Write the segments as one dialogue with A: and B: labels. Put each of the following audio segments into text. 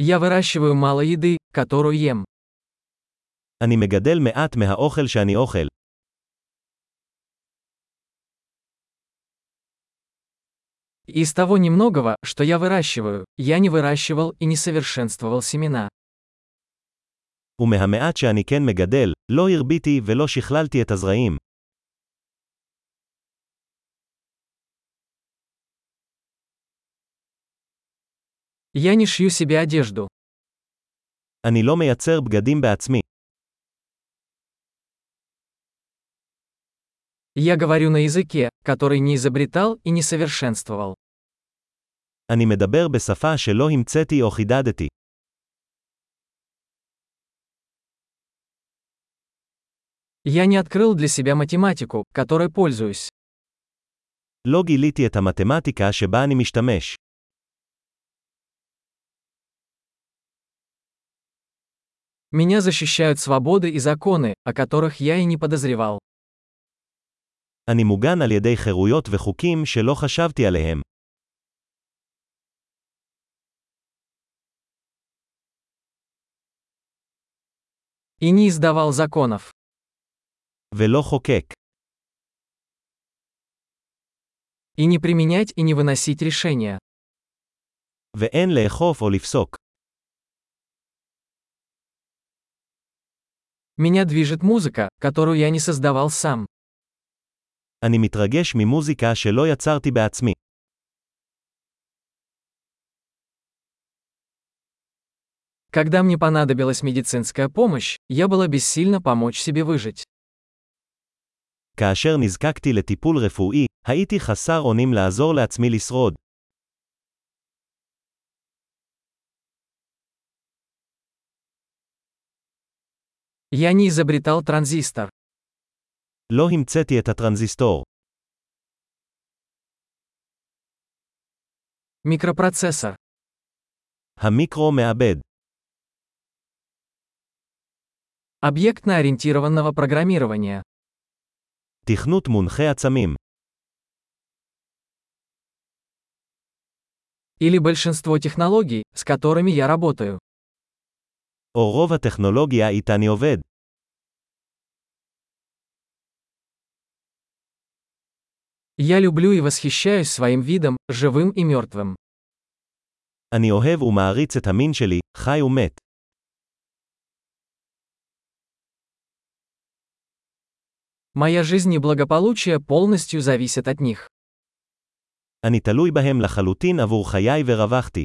A: Я выращиваю мало еды, которую ем.
B: אני מגדל מעט מהאוכל שאני אוכל.
A: Из того немногого, что я выращиваю, я не выращивал и не совершенствовал семена.
B: ומהמעט שאני כן מגדל, לא הרביתי ולא שכללתי את הזרעים.
A: Я не шью себе одежду.
B: אני לא מייצר בגדים בעצמי.
A: Я говорю на языке, который не изобретал и не совершенствовал.
B: אני מדבר בשפה שלא המצאתי או חידדתי.
A: Я не открыл для себя математику, которой пользуюсь.
B: לא גיליתי את המתמטיקה שבה אני משתמש.
A: Меня защищают свободы и законы, о которых я и не подозревал.
B: אני מוגן על ידי חירויות וחוקים שלא חשבתי עליהם.
A: И не издавал законов.
B: ולא חוקק.
A: И не применять и не выносить решения.
B: ואין לאכוף או לפסוק.
A: Меня движет музыка, которую я не создавал сам.
B: אני מתרגש ממוזיקה שלא יצרתי בעצמי.
A: Когда мне понадобилась медицинская помощь, я была бессильна помочь себе выжить.
B: כאשר נזקקתי לטיפול רפואי, הייתי חסר אונים לעזור לעצמי לשרוד.
A: Я не изобретал транзистор.
B: לא המצאתי את הטרנזיסטור.
A: Микропроцессор.
B: המיקרו מעבד.
A: Объектно-ориентированного программирования.
B: תכנות מונחה עצמים.
A: Или большинство технологий, с которыми я работаю.
B: או רוב הטכנולוגיה איתה אני עובד.
A: Я люблю и восхищаюсь своим видом, живым и мертвым.
B: אני אוהב ומעריץ את המין שלי, חי ומת.
A: Моя жизнь и благополучие полностью зависят от них.
B: אני תלוי בהם לחלוטין עבור חיי ורווחתי.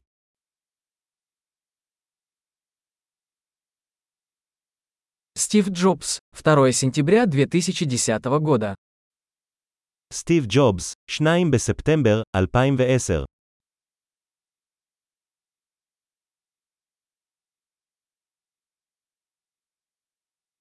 A: Стив Джобс, 2 сентября 2010 года.
B: סטיב ג'ובס, 2 בספטמבר 2010